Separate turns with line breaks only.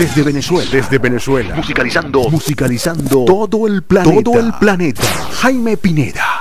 Desde Venezuela.
Desde Venezuela.
Musicalizando.
Musicalizando
Todo el planeta.
Todo el planeta.
Jaime Pineda.